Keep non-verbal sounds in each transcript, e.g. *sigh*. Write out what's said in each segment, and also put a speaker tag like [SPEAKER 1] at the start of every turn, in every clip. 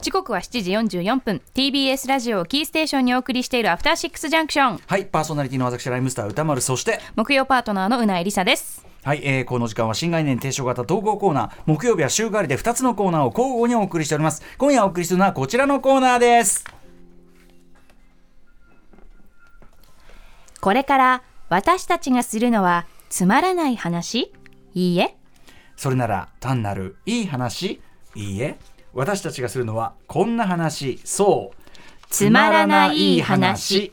[SPEAKER 1] 時刻は7時44分 TBS ラジオをキーステーションにお送りしているアフターシックスジャンクション
[SPEAKER 2] はい、パーソナリティの私、ライムスター歌丸、そして、
[SPEAKER 1] 木曜パートナーのうないりさです
[SPEAKER 2] はい、えーこの時間は新概念提唱型統合コーナー、木曜日は週替わりで2つのコーナーを交互にお送りしております。今夜お送りするのはこちらのコーナーです。
[SPEAKER 1] これから私たちがするのはつまらない話いいえ
[SPEAKER 2] それなら、単なるいい話、いいえ、私たちがするのはこんな話、そう。
[SPEAKER 1] つまらない話。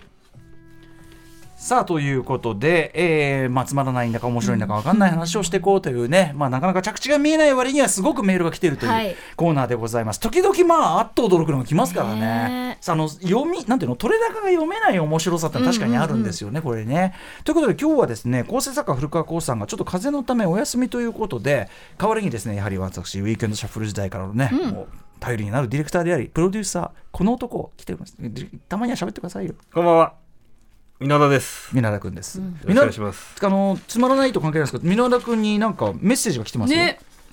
[SPEAKER 2] さあということで、えーまあ、つまらないんだか面白いんだか分かんない話をしていこうというね、まあ、なかなか着地が見えない割にはすごくメールが来ていると
[SPEAKER 1] は
[SPEAKER 2] いう
[SPEAKER 1] い
[SPEAKER 2] コーナーでございます、時々まああっと驚くのが来ますから
[SPEAKER 1] ね
[SPEAKER 2] ねさああの読みなんていうの取れ高が読めない面白さってのは確かにあるんですよね、これねということで今日はですね構成作家古川光さんがちょっと風邪のためお休みということで代わりにですねやはり私ウィークエンドシャッフル時代からのね、もう頼りになるディレクターでありプロデューサーこの男来てますたまには喋ってくださいよ
[SPEAKER 3] こんばんは。稲田です。よ
[SPEAKER 2] ミナラ君です。
[SPEAKER 3] ろ
[SPEAKER 2] ミ
[SPEAKER 3] しくお
[SPEAKER 2] ナ
[SPEAKER 3] 願
[SPEAKER 2] ラ
[SPEAKER 3] いします。
[SPEAKER 2] あのつまらないと関係ないですけど、ミナラ君になんかメッセージが来てますよ。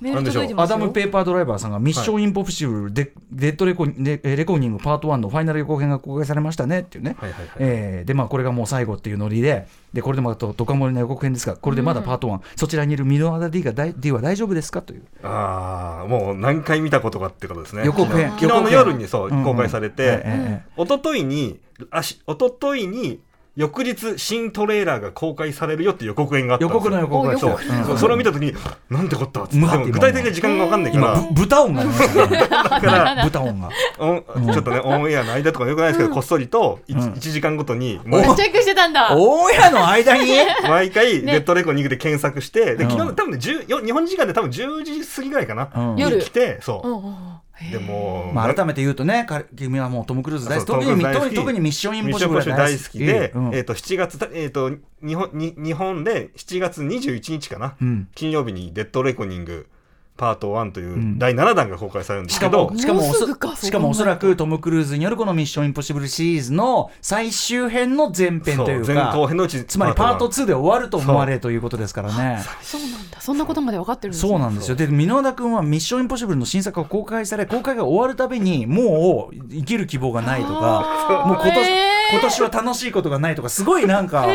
[SPEAKER 1] メ
[SPEAKER 3] ール届いて
[SPEAKER 2] アダム・ペーパードライバーさんが「ミッション・インポッシブルデ・デッドレコレ・レコーニングパート1のファイナル予告編が公開されましたね」っていうね、
[SPEAKER 3] はいはいはい
[SPEAKER 2] えーでまあこれがもう最後っていうノリででこれでまたドカ盛りな予告編ですがこれでまだパート1、そちらにいるミノアダ D が大 D は大丈夫ですかという
[SPEAKER 3] ああ、もう何回見たことかってことですね。
[SPEAKER 2] 予告編
[SPEAKER 3] 昨日昨日の夜にそう、
[SPEAKER 2] うんうん
[SPEAKER 3] 公開され
[SPEAKER 2] ええ
[SPEAKER 3] て、
[SPEAKER 2] ええ
[SPEAKER 3] 一昨日に、あし、一昨日に、翌日、新トレーラーが公開されるよって予告編があったん
[SPEAKER 2] 予
[SPEAKER 3] ですよ。
[SPEAKER 2] 告の予告が来て
[SPEAKER 3] そう、
[SPEAKER 2] うん
[SPEAKER 3] そうそれを見たときに、なんてこったっつって
[SPEAKER 2] う
[SPEAKER 3] で
[SPEAKER 2] わ
[SPEAKER 3] も具体的な時間がわかんないか
[SPEAKER 2] 今
[SPEAKER 3] ら、
[SPEAKER 2] ぶ豚音がありましたね
[SPEAKER 3] だから、
[SPEAKER 2] 豚音が
[SPEAKER 3] おんちょっとね、オンエアの間とかよくないですけど、こっそりといち
[SPEAKER 2] うん
[SPEAKER 3] 1時間ごとに、
[SPEAKER 2] お
[SPEAKER 3] 毎
[SPEAKER 1] チェックしてたんだ
[SPEAKER 2] オンエアの
[SPEAKER 3] *laughs*
[SPEAKER 2] 間に
[SPEAKER 3] 毎回、レッドレコニングで検索して、で、
[SPEAKER 2] うん
[SPEAKER 3] 昨日、多分ね、10よ日本時間で多分10時過ぎぐらいかな。
[SPEAKER 2] うん
[SPEAKER 1] 夜
[SPEAKER 3] に来て、そう。
[SPEAKER 1] へー
[SPEAKER 3] でも、
[SPEAKER 2] まあ、改めて言うとね、か君はもうトム・クルーズ大好き、
[SPEAKER 3] そう
[SPEAKER 2] 特に
[SPEAKER 3] トムクルーズ大好き
[SPEAKER 2] 特にミッション・イン
[SPEAKER 3] ミ
[SPEAKER 2] ポ
[SPEAKER 3] ッ
[SPEAKER 2] ッ
[SPEAKER 3] ショ
[SPEAKER 2] シ
[SPEAKER 3] ンポ
[SPEAKER 2] ブ
[SPEAKER 3] ッ
[SPEAKER 2] ル
[SPEAKER 3] シブ
[SPEAKER 2] が
[SPEAKER 3] ル大好きで、
[SPEAKER 2] うん
[SPEAKER 3] えっと、7月、えっと、日本、に日本で7月21日かな、
[SPEAKER 2] うん
[SPEAKER 3] 金曜日にデッドレコニングパート1という
[SPEAKER 2] ん
[SPEAKER 3] 第7弾が公開されるんです
[SPEAKER 2] し
[SPEAKER 3] け
[SPEAKER 2] か
[SPEAKER 3] ど
[SPEAKER 2] も、、しかもお
[SPEAKER 1] もうす
[SPEAKER 2] そ
[SPEAKER 1] ぐかそう考えた
[SPEAKER 2] しかもおそらくトム・クルーズによるこのミッション・インポッシブルシリーズの最終編の前編と
[SPEAKER 3] そう
[SPEAKER 2] いう
[SPEAKER 3] 前
[SPEAKER 2] か、
[SPEAKER 3] 後編のうち、
[SPEAKER 2] つまりパート
[SPEAKER 3] 1
[SPEAKER 2] 2で終わると思われということですからね。
[SPEAKER 4] そうなんだ。そんなことまで分かってるんですね
[SPEAKER 2] そうなんですよ。で、箕田君はミッション・インポッシブルの新作が公開され、公開が終わるたびに、もう生きる希望がないとか、もう今年、今年は楽しいことがないとか、すごいなんか、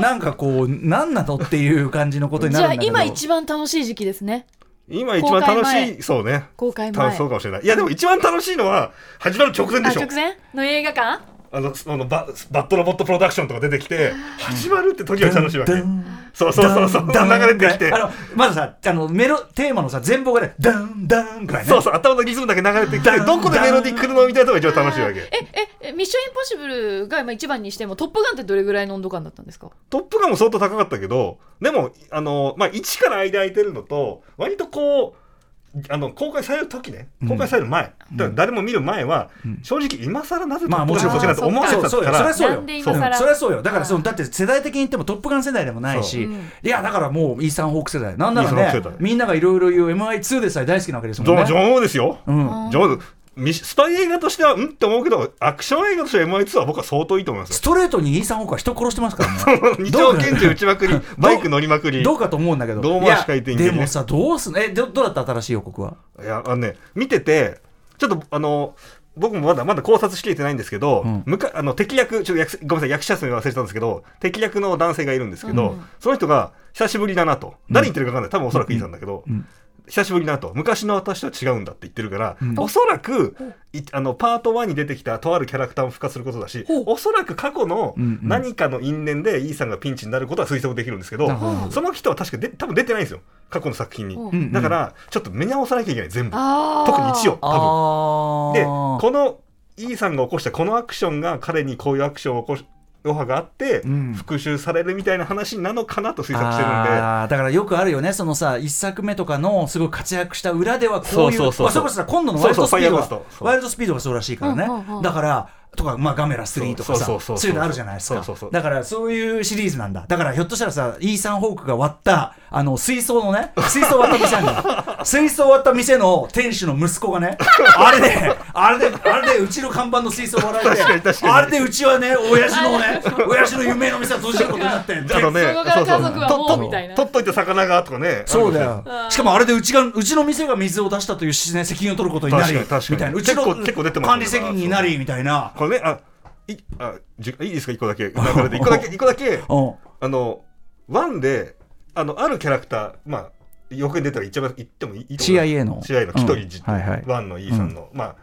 [SPEAKER 2] なんかこう、なんなのっていう感じのことにな
[SPEAKER 4] じ
[SPEAKER 2] る
[SPEAKER 4] ゃ
[SPEAKER 2] ん
[SPEAKER 4] あ
[SPEAKER 2] だけど。
[SPEAKER 4] 今一番楽しい時期ですね。
[SPEAKER 3] 今一番楽
[SPEAKER 4] 公開
[SPEAKER 3] しい、そうね。
[SPEAKER 4] 公開前
[SPEAKER 3] 楽しそうかもしれない。いや、でも一番楽しいのは、始まる直前で
[SPEAKER 4] あ
[SPEAKER 3] しょ
[SPEAKER 4] 直。前の映画館？
[SPEAKER 3] あの、そのババッドロボットプロダクションとか出てきて、始まるって時が楽しいわけ。
[SPEAKER 2] ドン
[SPEAKER 3] そうそうそうそう、
[SPEAKER 2] ダンダン
[SPEAKER 3] 流れてきて
[SPEAKER 2] あ。の、まずさ、あの、メロ、テーマのさ、前方がね、ダンダンくらい
[SPEAKER 3] *laughs*
[SPEAKER 2] ね。
[SPEAKER 3] そうそう、頭のリズムだけ流れてきて、どこでメロディー来るのみたいなとこが一番楽しいわけ。
[SPEAKER 4] えええミッションインポッシブルが今一番にしてもトップガンってどれぐらいの温度感だったんですか？
[SPEAKER 3] トップガンも相当高かったけど、でも、あの、まあ、1から間空いてるのと、割とこう、あの、公開される時ね、公開される前、だから誰も見る前は、正直今更なぜト
[SPEAKER 2] ま
[SPEAKER 3] ッ
[SPEAKER 2] あ
[SPEAKER 3] プ
[SPEAKER 2] も
[SPEAKER 3] ガ
[SPEAKER 2] ち
[SPEAKER 3] ン
[SPEAKER 2] ろん
[SPEAKER 3] の時なんて思われてた
[SPEAKER 2] そう
[SPEAKER 3] か
[SPEAKER 2] よそりゃ
[SPEAKER 3] ら、
[SPEAKER 2] そうよ
[SPEAKER 4] なんで
[SPEAKER 2] そう
[SPEAKER 4] 今
[SPEAKER 2] そ
[SPEAKER 4] 更
[SPEAKER 2] りゃそうよだからそのだって世代的に言っても「トップガン」世代でもないし、いやだからもうイーサン・ホーク世代なんなら
[SPEAKER 3] イーサ
[SPEAKER 2] ね
[SPEAKER 3] ンホーク世代
[SPEAKER 2] みんながいろいろ言う MI2 でさえ大好きなわけですもんね
[SPEAKER 3] 女女王ですよ。
[SPEAKER 2] うん
[SPEAKER 3] 女王ミスパイ映画としては、うんって思うけど、アクション映画としては MI2 は僕は相当いいと思います
[SPEAKER 2] ス
[SPEAKER 3] よ。
[SPEAKER 2] トレートにイーサン・ホークは人殺してま
[SPEAKER 3] *laughs*
[SPEAKER 2] すからね
[SPEAKER 3] 二丁拳銃撃ちま
[SPEAKER 2] *laughs*
[SPEAKER 3] くり、バイク乗りまくり。
[SPEAKER 2] どうかと思うんだけど
[SPEAKER 3] どうも
[SPEAKER 2] いや
[SPEAKER 3] 足回転
[SPEAKER 2] で
[SPEAKER 3] でね
[SPEAKER 2] もさどうすんえどどうだった新しい予告はい
[SPEAKER 3] や、あのね、見てて、ちょっと、あの、僕もまだまだ考察しきれてないんですけど、
[SPEAKER 2] ん
[SPEAKER 3] むかあの敵役、ちょっと役ごめんなさい、役者名忘れてたんですけど、敵役の男性がいるんですけど、その人が、久しぶりだなと、誰言ってるか分かんない、多分おそらくいいさんだけど、久しぶりだなと、昔の私とは違うんだって言ってるから、おそらく、いあのパート1に出てきたとあるキャラクターを復活することだし、おそらく過去の
[SPEAKER 2] んうん
[SPEAKER 3] 何かの因縁で、イーさんがピンチになることは推測できるんですけど、
[SPEAKER 2] なるほどなるほど
[SPEAKER 3] その人は確かで多分出てないんですよ、過去の作品に。
[SPEAKER 4] うん
[SPEAKER 2] うん
[SPEAKER 3] だから、ちょっと目直さなきゃいけない、全部。
[SPEAKER 4] あ
[SPEAKER 3] 特に1を多
[SPEAKER 2] あ
[SPEAKER 3] 分
[SPEAKER 2] ー
[SPEAKER 3] でこの E さんが起こしたこのアクションが彼にこういうアクションを起こし余波があって、
[SPEAKER 2] ん
[SPEAKER 3] 復讐されるみたいな話なのかなと推測してるんで。
[SPEAKER 2] あーだからよくあるよね、そのさ、一作目とかのすごい活躍した裏ではこういう、
[SPEAKER 3] そうそうそうそう
[SPEAKER 2] まあそれこそさ今度のワイルドスピ
[SPEAKER 3] そうそうファイア
[SPEAKER 2] ード
[SPEAKER 3] ーバ
[SPEAKER 2] は
[SPEAKER 3] ーストそう
[SPEAKER 2] ワイルドスピードがそうらしいからね、だから、とか、まあ、ガメラ3とか
[SPEAKER 3] そ
[SPEAKER 2] さ、そう
[SPEAKER 3] そうそうそう
[SPEAKER 2] ういうのあるじゃないですか
[SPEAKER 3] そうそうそう
[SPEAKER 2] だからそういうシリーズなんだ、だからひょっとしたらさ、イーサン・ホークが割った、あの水槽のね、水槽割った店あ
[SPEAKER 3] *laughs*
[SPEAKER 2] るの水槽割った店の店主の息子がね、あれで、あれで、あれで、うちの看板の水槽割られ
[SPEAKER 3] 確かに確
[SPEAKER 2] て、
[SPEAKER 3] かに
[SPEAKER 2] あれでうちはね、親父のね、親父の夢の店を閉じること
[SPEAKER 3] *laughs*
[SPEAKER 2] になって、
[SPEAKER 3] あのね
[SPEAKER 4] そこから家族は
[SPEAKER 3] そうそう
[SPEAKER 4] もうみたいな
[SPEAKER 3] と取っといた魚がとかね。
[SPEAKER 2] そうだ
[SPEAKER 3] あるん
[SPEAKER 2] よ
[SPEAKER 3] で。
[SPEAKER 2] しかもあれでうちがうちの店が水を出したというし、ね、責任を取ることになりみ
[SPEAKER 3] 確かに確かに
[SPEAKER 2] たいなうちの
[SPEAKER 3] 結構結構出てます
[SPEAKER 2] 管理責任になりみたいな
[SPEAKER 3] すよ。これね、あ、い、あ、じゅいいですか、一個だけ。流れで
[SPEAKER 2] *laughs*
[SPEAKER 3] 一個だけ、一個だけ。
[SPEAKER 2] うん
[SPEAKER 3] あの、ワンで、あの、あるキャラクター、まあ、よく出たら言っちゃいます言ってもいいと思う
[SPEAKER 2] CIA の
[SPEAKER 3] CIA の一人じ、
[SPEAKER 2] うんはいはい
[SPEAKER 3] ワンのイーさんの、まあ、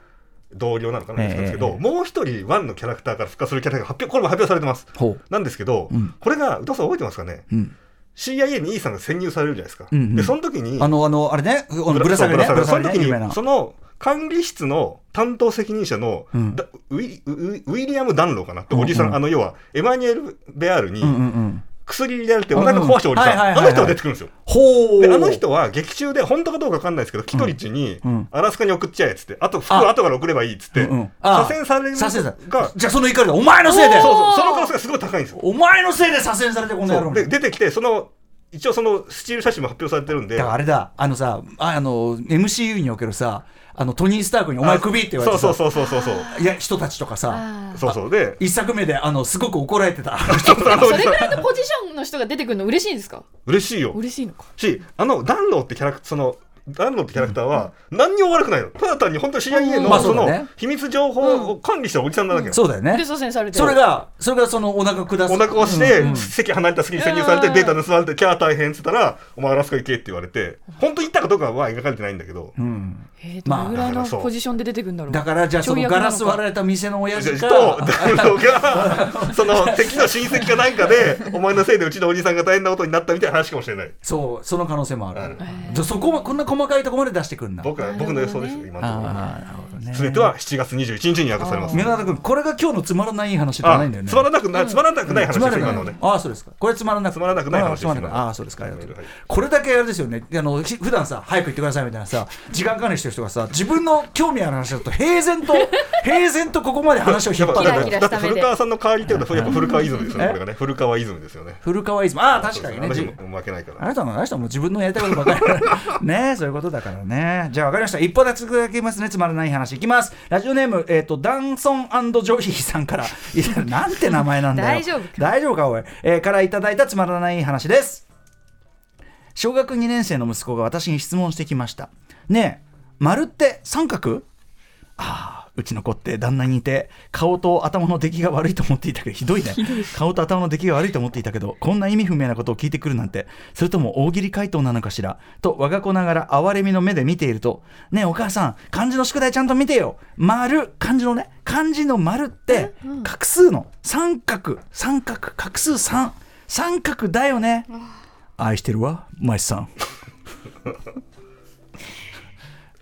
[SPEAKER 3] 同僚なのかな、
[SPEAKER 2] ええ
[SPEAKER 3] なんですけど、
[SPEAKER 2] ええ
[SPEAKER 3] もう一人、ワンのキャラクターから復活するキャラが発表、これも発表されてます。
[SPEAKER 2] ほう
[SPEAKER 3] なんですけど、
[SPEAKER 2] うん
[SPEAKER 3] これが、歌さん覚えてますかね、
[SPEAKER 2] うん
[SPEAKER 3] CIA にイーさんが潜入されるじゃないですか。
[SPEAKER 2] うんうん
[SPEAKER 3] で、その時に、
[SPEAKER 2] あのあのあれねあのぶら下がりねぶ
[SPEAKER 3] ぶ
[SPEAKER 2] ら
[SPEAKER 3] ら
[SPEAKER 2] 下
[SPEAKER 3] 下
[SPEAKER 2] が
[SPEAKER 3] が
[SPEAKER 2] り
[SPEAKER 3] りその時
[SPEAKER 2] ね有名な
[SPEAKER 3] に、その管理室の担当責任者の、
[SPEAKER 2] うん
[SPEAKER 3] だウィウィウィリアム・ダンローかなって、
[SPEAKER 2] うん
[SPEAKER 3] おじさん、
[SPEAKER 2] うん
[SPEAKER 3] あの、要は、エマニュエル・ベアールに、
[SPEAKER 2] うんうんうん
[SPEAKER 3] 薬入れられてお腹壊しておじ
[SPEAKER 2] うんうんはい
[SPEAKER 3] さ
[SPEAKER 2] はい
[SPEAKER 3] ん、あ
[SPEAKER 2] はいは
[SPEAKER 3] の
[SPEAKER 2] い
[SPEAKER 3] 人が出てくるんですよ。
[SPEAKER 2] ほう
[SPEAKER 3] で、あの人は劇中で、本当かどうか分かんないですけど、キトリッチに
[SPEAKER 2] うん、
[SPEAKER 3] アラスカに送っちゃえっつって、あと服
[SPEAKER 2] あ
[SPEAKER 3] 後から送ればいいっつって、
[SPEAKER 2] うんうんあ
[SPEAKER 3] 左遷される
[SPEAKER 2] 左遷さ
[SPEAKER 3] が、
[SPEAKER 2] じゃあその怒りだお前のせい
[SPEAKER 3] そう
[SPEAKER 2] で
[SPEAKER 3] そう、その可能性がすごい高いんですよ。
[SPEAKER 2] お前のせいで左遷されてこんな野
[SPEAKER 3] そ
[SPEAKER 2] 郎
[SPEAKER 3] う
[SPEAKER 2] に
[SPEAKER 3] で、出てきて、その、一応そのスチール写真も発表されてるんで
[SPEAKER 2] だか、らあれだあのさああの MCU におけるさあのトニー・スタークにお前クビって言われてさ
[SPEAKER 3] そうそうそうそうそう。
[SPEAKER 2] いや人たちとかさ
[SPEAKER 4] あー
[SPEAKER 3] そうそう。で、
[SPEAKER 2] 一作目であのすごく怒られてた
[SPEAKER 3] あのお
[SPEAKER 4] そ
[SPEAKER 3] じさ
[SPEAKER 4] れぐ
[SPEAKER 3] ん
[SPEAKER 4] らいのポジションの人が出てくるの嬉しいんですか
[SPEAKER 3] 嬉しいよ。
[SPEAKER 4] 嬉しいのか
[SPEAKER 3] し、あの、ダンローってキャラクター、その、ダンローってキャラクターは、何にも悪くないの。ただ単に本当に CIA
[SPEAKER 2] ま
[SPEAKER 3] の、
[SPEAKER 2] あそ
[SPEAKER 3] そう
[SPEAKER 2] だ
[SPEAKER 3] の
[SPEAKER 2] ね、
[SPEAKER 3] 秘密情報を管理したおじさんなだけよ
[SPEAKER 2] そうだよね
[SPEAKER 4] で左遷されて
[SPEAKER 2] それが、それがそのお腹下す。
[SPEAKER 3] お腹をして、席離れた隙に潜入されて、データ盗まれて、キャー大変って言ったら、お前アラスカ行けって言われて、本当に行ったかどうかは描かれてないんだけど、
[SPEAKER 2] うん
[SPEAKER 4] えーどれぐらいのポジションで出てくるんだろう
[SPEAKER 2] だからじゃあそのガラス割られた店の親
[SPEAKER 3] で
[SPEAKER 2] 父
[SPEAKER 3] と、
[SPEAKER 2] か
[SPEAKER 3] ダンロが、その敵の親戚かなんかで、お前のせいでうちのおじさんが大変なことになったみたいな話かもしれない。
[SPEAKER 2] そうその可能性もある
[SPEAKER 3] る
[SPEAKER 2] じゃあそこはこんな細かいところまで出してくんだ
[SPEAKER 3] 僕は、僕の予想ですよ、今のところ。
[SPEAKER 2] ああなるほどね
[SPEAKER 3] すべては7月21日に明かされます。
[SPEAKER 2] 宮永君これが今日のつまらない話じゃ
[SPEAKER 3] あ
[SPEAKER 2] ないんだよね
[SPEAKER 3] つまらなくない、つまらなくない話
[SPEAKER 2] つ
[SPEAKER 3] で
[SPEAKER 2] ますら
[SPEAKER 3] よ、
[SPEAKER 2] な
[SPEAKER 3] 今
[SPEAKER 2] い
[SPEAKER 3] のね。
[SPEAKER 2] ああそうですかこれつまらなく
[SPEAKER 3] つまらなくない話です
[SPEAKER 2] つまらなく
[SPEAKER 3] 今
[SPEAKER 2] ああそうですかありがとう
[SPEAKER 3] はい
[SPEAKER 2] これだけあれですよねあのひ普段さ早く行ってくださいみたいなさ時間管理してる人がさ自分の興味ある話だと平然と平然とここまで話を引っ張
[SPEAKER 3] だ
[SPEAKER 2] っ
[SPEAKER 3] ってて
[SPEAKER 2] くる
[SPEAKER 4] キラキラ
[SPEAKER 3] だ
[SPEAKER 4] し
[SPEAKER 3] って
[SPEAKER 4] た目で
[SPEAKER 3] 古川さんの代わりってことは、やっぱ古川イズムですよね、
[SPEAKER 2] え
[SPEAKER 3] これがね。古川イズムですよね。
[SPEAKER 2] 古川イズムああ確かにね
[SPEAKER 3] そうです
[SPEAKER 2] じ
[SPEAKER 3] ねあの人もう負けないから
[SPEAKER 2] あ。なたもあなたも自分のやりたいことばか
[SPEAKER 3] *laughs*
[SPEAKER 2] りねえそういうことだからねじゃあわかりました一歩立ち続けますねつまらない話いきますラジオネーム、えっとダンソンジョヒーさんからいやなんて名前なんだよ
[SPEAKER 4] 大丈夫か
[SPEAKER 2] 大丈夫かおい、えーからいただいたつまらない話です小学2年生の息子が私に質問してきましたねえ丸って三角ああうちの子って旦那にいて顔と頭の出来が悪いと思っていたけ *laughs* どひどいね顔と頭の出来が悪いと思っていたけどこんな意味不明なことを聞いてくるなんてそれとも大喜利回答なのかしらと我が子ながら哀れみの目で見ていると「ねえお母さん漢字の宿題ちゃんと見てよ丸漢字のね漢字の丸って画数の三角三角画数3三角だよね愛してるわマイさん」 *laughs*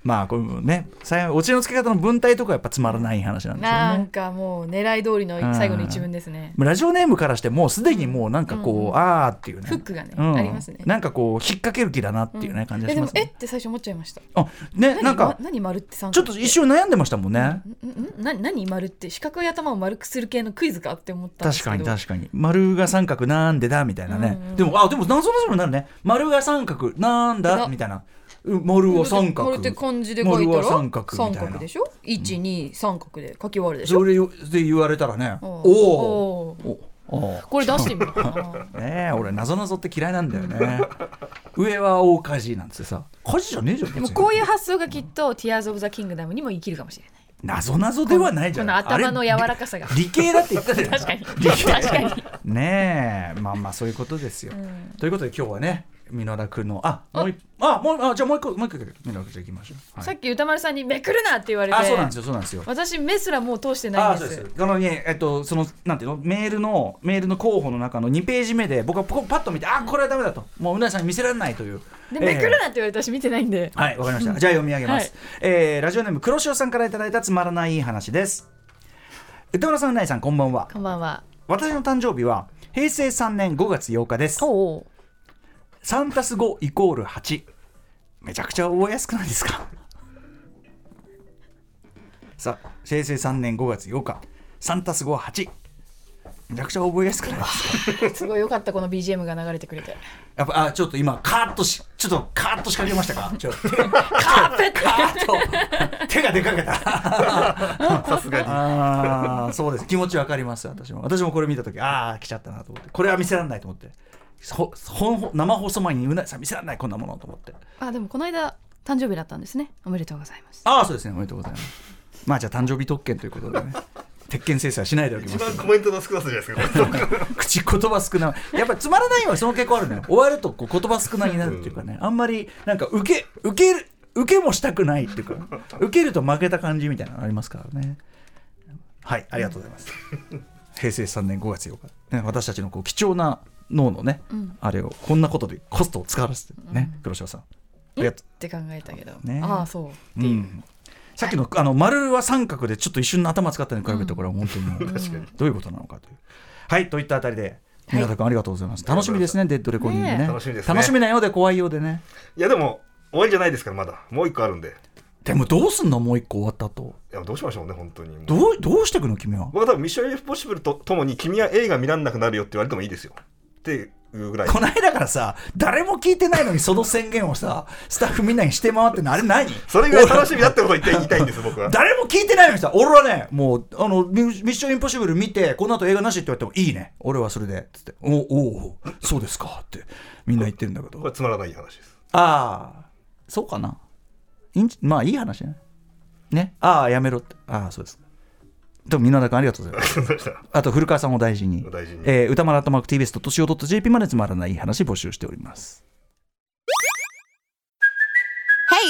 [SPEAKER 2] まあこれもね最後オチの付け方の文体とかはやっぱつまらない話なんですよ
[SPEAKER 4] な
[SPEAKER 2] ね
[SPEAKER 4] んかもう狙い通りの最後の一文ですね
[SPEAKER 2] ラジオネームからしてもうすでにもうなんかこう、あーっていうね
[SPEAKER 4] フックがね
[SPEAKER 2] うん
[SPEAKER 4] ありますね
[SPEAKER 2] なんかこう引っ掛ける気だなっていうね、感じがし
[SPEAKER 4] えで
[SPEAKER 2] ま
[SPEAKER 4] も
[SPEAKER 2] す
[SPEAKER 4] えっ
[SPEAKER 2] ね
[SPEAKER 4] て最初思っちゃいました
[SPEAKER 2] あね
[SPEAKER 4] 何
[SPEAKER 2] なん
[SPEAKER 4] ま
[SPEAKER 2] か
[SPEAKER 4] 何丸って三
[SPEAKER 2] ちょ
[SPEAKER 4] 角
[SPEAKER 2] っと一瞬悩んでましたもんね、
[SPEAKER 4] んんな何丸って四角い頭を丸くする系のクイズかって思ったんで
[SPEAKER 2] 確
[SPEAKER 4] すけ
[SPEAKER 2] か
[SPEAKER 4] ど
[SPEAKER 2] に確かに丸が三角なんでだみたいなね、でもあでも謎のぞになるね丸が三角なんだ
[SPEAKER 4] な
[SPEAKER 2] みたいなうん丸は三角
[SPEAKER 4] 丸って漢字で書いた
[SPEAKER 2] 丸
[SPEAKER 4] ら
[SPEAKER 2] は三角みたいな
[SPEAKER 4] でしょ一二三角で書き終わるでしょ
[SPEAKER 2] それで言われたらね
[SPEAKER 4] う
[SPEAKER 2] お
[SPEAKER 4] ん
[SPEAKER 2] お
[SPEAKER 4] おー
[SPEAKER 2] ーおお
[SPEAKER 4] これ出してみようかな
[SPEAKER 2] ねえ俺なぞなぞって嫌いなんだよ
[SPEAKER 4] *laughs*
[SPEAKER 2] ね上は大火事なんつってさ火事じゃねえじゃん
[SPEAKER 4] で
[SPEAKER 2] 別
[SPEAKER 4] も
[SPEAKER 2] に
[SPEAKER 4] こういう発想がきっと「Tears of the Kingdom」にも生きるかもしれない
[SPEAKER 2] なぞなぞではないじゃん
[SPEAKER 4] この頭の柔らかさが
[SPEAKER 2] あれ理理系だって言ったじゃん
[SPEAKER 4] 確かに
[SPEAKER 2] 理系
[SPEAKER 4] 確かに
[SPEAKER 2] ねえまあまあそういうことですよ、ということで今日はねミノラ君のあもう一あもうあじゃあもう一個もう一個ミノラ君じゃあ行きましょう、はい
[SPEAKER 4] さっき歌丸さんに「めくるな!」って言われて
[SPEAKER 2] あそうなんですよそうなんですよ
[SPEAKER 4] 私目すらもう通して
[SPEAKER 2] あ
[SPEAKER 4] ない
[SPEAKER 2] あ
[SPEAKER 4] ん
[SPEAKER 2] そう
[SPEAKER 4] で
[SPEAKER 2] ですすあのねえっとそのなんていうのメールのメールの候補の中の2ページ目で僕はポコパッと見てあこれはダメだともううなぎさんに見せられないという
[SPEAKER 4] で
[SPEAKER 2] ええ
[SPEAKER 4] めくるなって言われて私見てないんで
[SPEAKER 2] はい、わかりました。じゃあ読み上げます。
[SPEAKER 4] は
[SPEAKER 2] えーラジオネーム黒潮さんからいただいたつまらない話です。歌村さん、うないさん、こんばんは。
[SPEAKER 4] こんばんは
[SPEAKER 2] 私の誕生日は平成3年5月8日です
[SPEAKER 4] おう
[SPEAKER 2] 3たす5イコール8めちゃくちゃ覚えやすくないですかさあ平成3年5月8日3たす5は8めちゃくちゃ覚えやすくないですか
[SPEAKER 4] すごいよかったこの BGM が流れてくれて
[SPEAKER 2] やっぱあちょっと今カーッとしちょっとカーッと仕掛けましたかちょっと手
[SPEAKER 4] カーペット
[SPEAKER 2] カーッと手が出か *laughs* けた
[SPEAKER 3] さすがに。
[SPEAKER 2] ああそうです気持ちわかります私も私もこれ見た時ああ来ちゃったなと思ってこれは見せられないと思ってほほ生放送前にうなぎさん見せられないこんなものと思って
[SPEAKER 4] あでもこの間誕生日だったんですねおめでとうございます
[SPEAKER 2] ああそうですねおめでとうございますまあじゃあ誕生日特権ということでね *laughs* 鉄拳制裁はしないでおき
[SPEAKER 3] 一
[SPEAKER 2] ます
[SPEAKER 3] 番コメントの少なさじゃないですか。これ
[SPEAKER 2] 口言葉少ないやっぱりつまらないはその傾向あるね終わるとこう言葉少なになるっていうかねあんまりなんか受け受ける受けもしたくないっていうか受けると負けた感じみたいなのありますからねはいありがとうございます平成3年5月8日、ね、私たちのこう貴重な脳のね、あれをこんなことでコストを使わせてね、黒潮さんありがとう
[SPEAKER 4] って考えたけど、
[SPEAKER 2] ね
[SPEAKER 4] ああそう
[SPEAKER 2] うんさっきのあの丸は三角でちょっと一瞬の頭使ったのに比べてこれは本当に *laughs* もうどういうことなのかという。はいといったあたりで宮田君ありがとうございます、楽しみですねデッドレコーディングね
[SPEAKER 4] ねえ
[SPEAKER 3] 楽しみですね
[SPEAKER 2] 楽しみなようで怖いようでね
[SPEAKER 3] いやでも終わりじゃないですからまだもう一個あるんで。
[SPEAKER 2] でもどうすんのもう一個終わった後
[SPEAKER 3] いやどうしましょうね本当に。もう
[SPEAKER 2] どうどうしてくの君はこ
[SPEAKER 3] 僕は多分ミッションインポッシブルとともに君は映画見らんなくなるよって言われてもいいですよ。っていうぐらい。
[SPEAKER 2] の間からさ誰も聞いてないのにその宣言をさスタッフみんなにして回ってんのあれ何
[SPEAKER 3] それぐらい楽しみだってことを言って言いたいんです僕は。
[SPEAKER 2] 誰も聞いてないのにさ俺はねもうあのミュミッションインポッシブル見てこの後映画なしって言われてもいいね俺はそれでつっておおうそうですかってみんな言ってるんだけ
[SPEAKER 3] これ
[SPEAKER 2] ど
[SPEAKER 3] つまらない話です。
[SPEAKER 2] ああそうかないいんまあいい話じゃないねああやめろってああそうですでもみんなだけありがとうございます
[SPEAKER 3] *laughs*
[SPEAKER 2] あと古川さんを大事に
[SPEAKER 3] お大事に
[SPEAKER 2] えー歌丸アットマーク TBS ととしお .jp までつまらない話募集しております
[SPEAKER 5] Hey,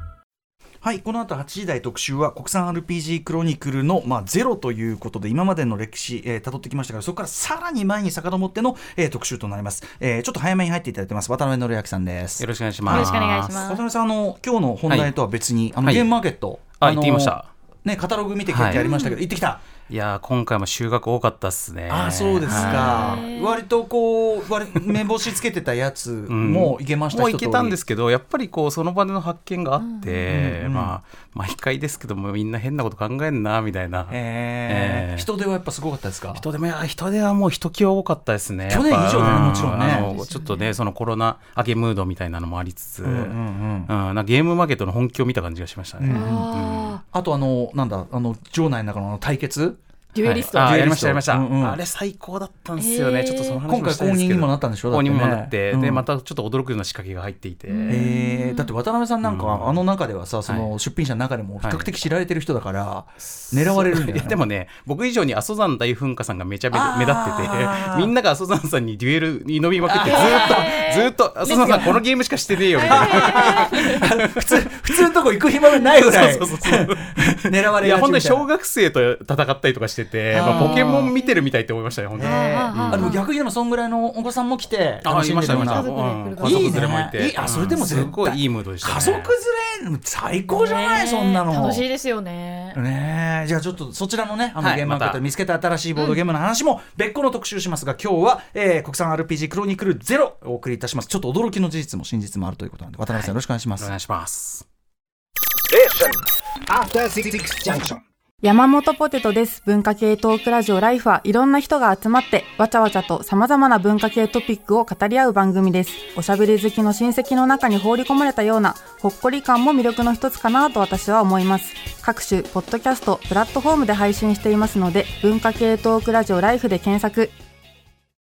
[SPEAKER 2] はい、この後8時台特集は国産 RPG クロニクルの、まあ、ゼロということで今までの歴史、えー、辿ってきましたからそこからさらに前に遡っての、えー特集となります、えーちょっと早めに入っていただいてます渡辺則明さんです
[SPEAKER 6] よろしくお願いし
[SPEAKER 4] よ
[SPEAKER 6] ま
[SPEAKER 4] ろ
[SPEAKER 6] す。
[SPEAKER 4] しくお願いし
[SPEAKER 2] 渡
[SPEAKER 4] ます
[SPEAKER 2] 辺さんあの今日の本題とは別に、あの
[SPEAKER 6] はい
[SPEAKER 2] ゲームマーケット、
[SPEAKER 6] あ
[SPEAKER 2] の
[SPEAKER 6] 行ってきました
[SPEAKER 2] ね、カタログ見てきてってやりましたけど、行ってきた
[SPEAKER 6] いやー今回も収穫多かったっすね。
[SPEAKER 2] ああそうですか割とこう割目星つけてたやつ
[SPEAKER 6] *laughs*
[SPEAKER 2] もいけました、
[SPEAKER 6] もういけたんです
[SPEAKER 2] け
[SPEAKER 6] けどやっぱりこうその場での発見があって、まあ毎回ですけどもみんな変なこと考えんなみたいな、
[SPEAKER 2] えー
[SPEAKER 6] えー
[SPEAKER 2] 人手はやっぱすごかったですか
[SPEAKER 6] 人でもいや人ではもう人気は多かったですね
[SPEAKER 2] 去年以上だね
[SPEAKER 6] やっぱ
[SPEAKER 2] もちろんね
[SPEAKER 6] あのちょっとねそのコロナ明けムードみたいなのもありつつ、うん
[SPEAKER 2] うんうん
[SPEAKER 6] なんかゲームマーケットの本気を見た感じがしましたね、
[SPEAKER 4] ああ
[SPEAKER 2] あとあのなんだあの場内の中のあの対決
[SPEAKER 4] デュエリスト、
[SPEAKER 6] はいあ
[SPEAKER 2] デュエ
[SPEAKER 6] やり
[SPEAKER 2] リ
[SPEAKER 6] ま
[SPEAKER 2] ス
[SPEAKER 6] し
[SPEAKER 2] ト
[SPEAKER 6] たやりました、
[SPEAKER 2] うんうん
[SPEAKER 6] あれ最高だったんですよね、
[SPEAKER 4] へー
[SPEAKER 6] ちょっとその話
[SPEAKER 2] 今
[SPEAKER 6] も
[SPEAKER 2] 回
[SPEAKER 6] した
[SPEAKER 2] 公
[SPEAKER 6] いですけ
[SPEAKER 2] 認
[SPEAKER 6] ど
[SPEAKER 2] にもなったんでしょだって
[SPEAKER 6] 公
[SPEAKER 2] ね
[SPEAKER 6] 認にもなって、
[SPEAKER 2] う
[SPEAKER 6] で
[SPEAKER 2] ん
[SPEAKER 6] またちょっと驚くような仕掛けが入っていて、
[SPEAKER 2] えーだって渡辺さんなんか、あの中ではさその出品者の中でも比
[SPEAKER 6] はい
[SPEAKER 2] 較的知られてる人だから、狙われるんだ
[SPEAKER 6] いや
[SPEAKER 2] よ
[SPEAKER 6] でもね僕以上に阿蘇山大噴火さんがめちゃめち
[SPEAKER 2] あ
[SPEAKER 6] ゃ
[SPEAKER 2] ー
[SPEAKER 6] 目立ってて *laughs* みんなが阿蘇山さんにデュエルに飲みまくってずーっとずーっと阿蘇山さんこのゲームしかしてねえよみたいな。
[SPEAKER 2] 普通 *laughs* 普通のとこ行く暇がないぐらい
[SPEAKER 6] *laughs* そうそうそうそう
[SPEAKER 2] 狙わ
[SPEAKER 6] い
[SPEAKER 2] れがちみたい
[SPEAKER 6] や
[SPEAKER 2] な
[SPEAKER 6] 本当に小学生と戦ったりとかしてて、まあ、ポケモン見てるみたいって思いましたね本当に。
[SPEAKER 2] えーあでも逆に言うのそんぐらいのお子さんも来て
[SPEAKER 6] あ
[SPEAKER 2] 楽し
[SPEAKER 6] い
[SPEAKER 2] ん
[SPEAKER 6] ま
[SPEAKER 2] で
[SPEAKER 6] した
[SPEAKER 2] る
[SPEAKER 6] い
[SPEAKER 2] よう
[SPEAKER 6] ました。
[SPEAKER 2] な
[SPEAKER 6] うん家
[SPEAKER 4] 家
[SPEAKER 6] 族
[SPEAKER 2] いい
[SPEAKER 6] 連れもい
[SPEAKER 2] ねい
[SPEAKER 6] て
[SPEAKER 2] い。あそれでも
[SPEAKER 6] うん
[SPEAKER 2] 絶
[SPEAKER 6] す
[SPEAKER 2] 対
[SPEAKER 6] ごいいいムードでしたね。
[SPEAKER 2] 家族連れ最高じゃない、そんなの
[SPEAKER 4] 楽しいですよね
[SPEAKER 2] ねえじゃあちょっとそちらのねあの
[SPEAKER 6] はい
[SPEAKER 2] ゲームマーケット
[SPEAKER 6] また
[SPEAKER 2] で見つけた新しいボードゲームの話も別個の特集しますが、今日は、えー国産 RPG クロニクルゼロお送りいたしますちょっと驚きの事実も真実もあるということなんで渡辺さんよろしくお願いします、
[SPEAKER 6] お願いします。
[SPEAKER 7] 山本ポテトです。文化系トークラジオライフはいろんな人が集まってわちゃわちゃと様々な文化系トピックを語り合う番組です。おしゃべり好きの親戚の中に放り込まれたようなほっこり感も魅力の一つかなと私は思います。各種、ポッドキャスト、プラットフォームで配信していますので文化系トークラジオライフで検索。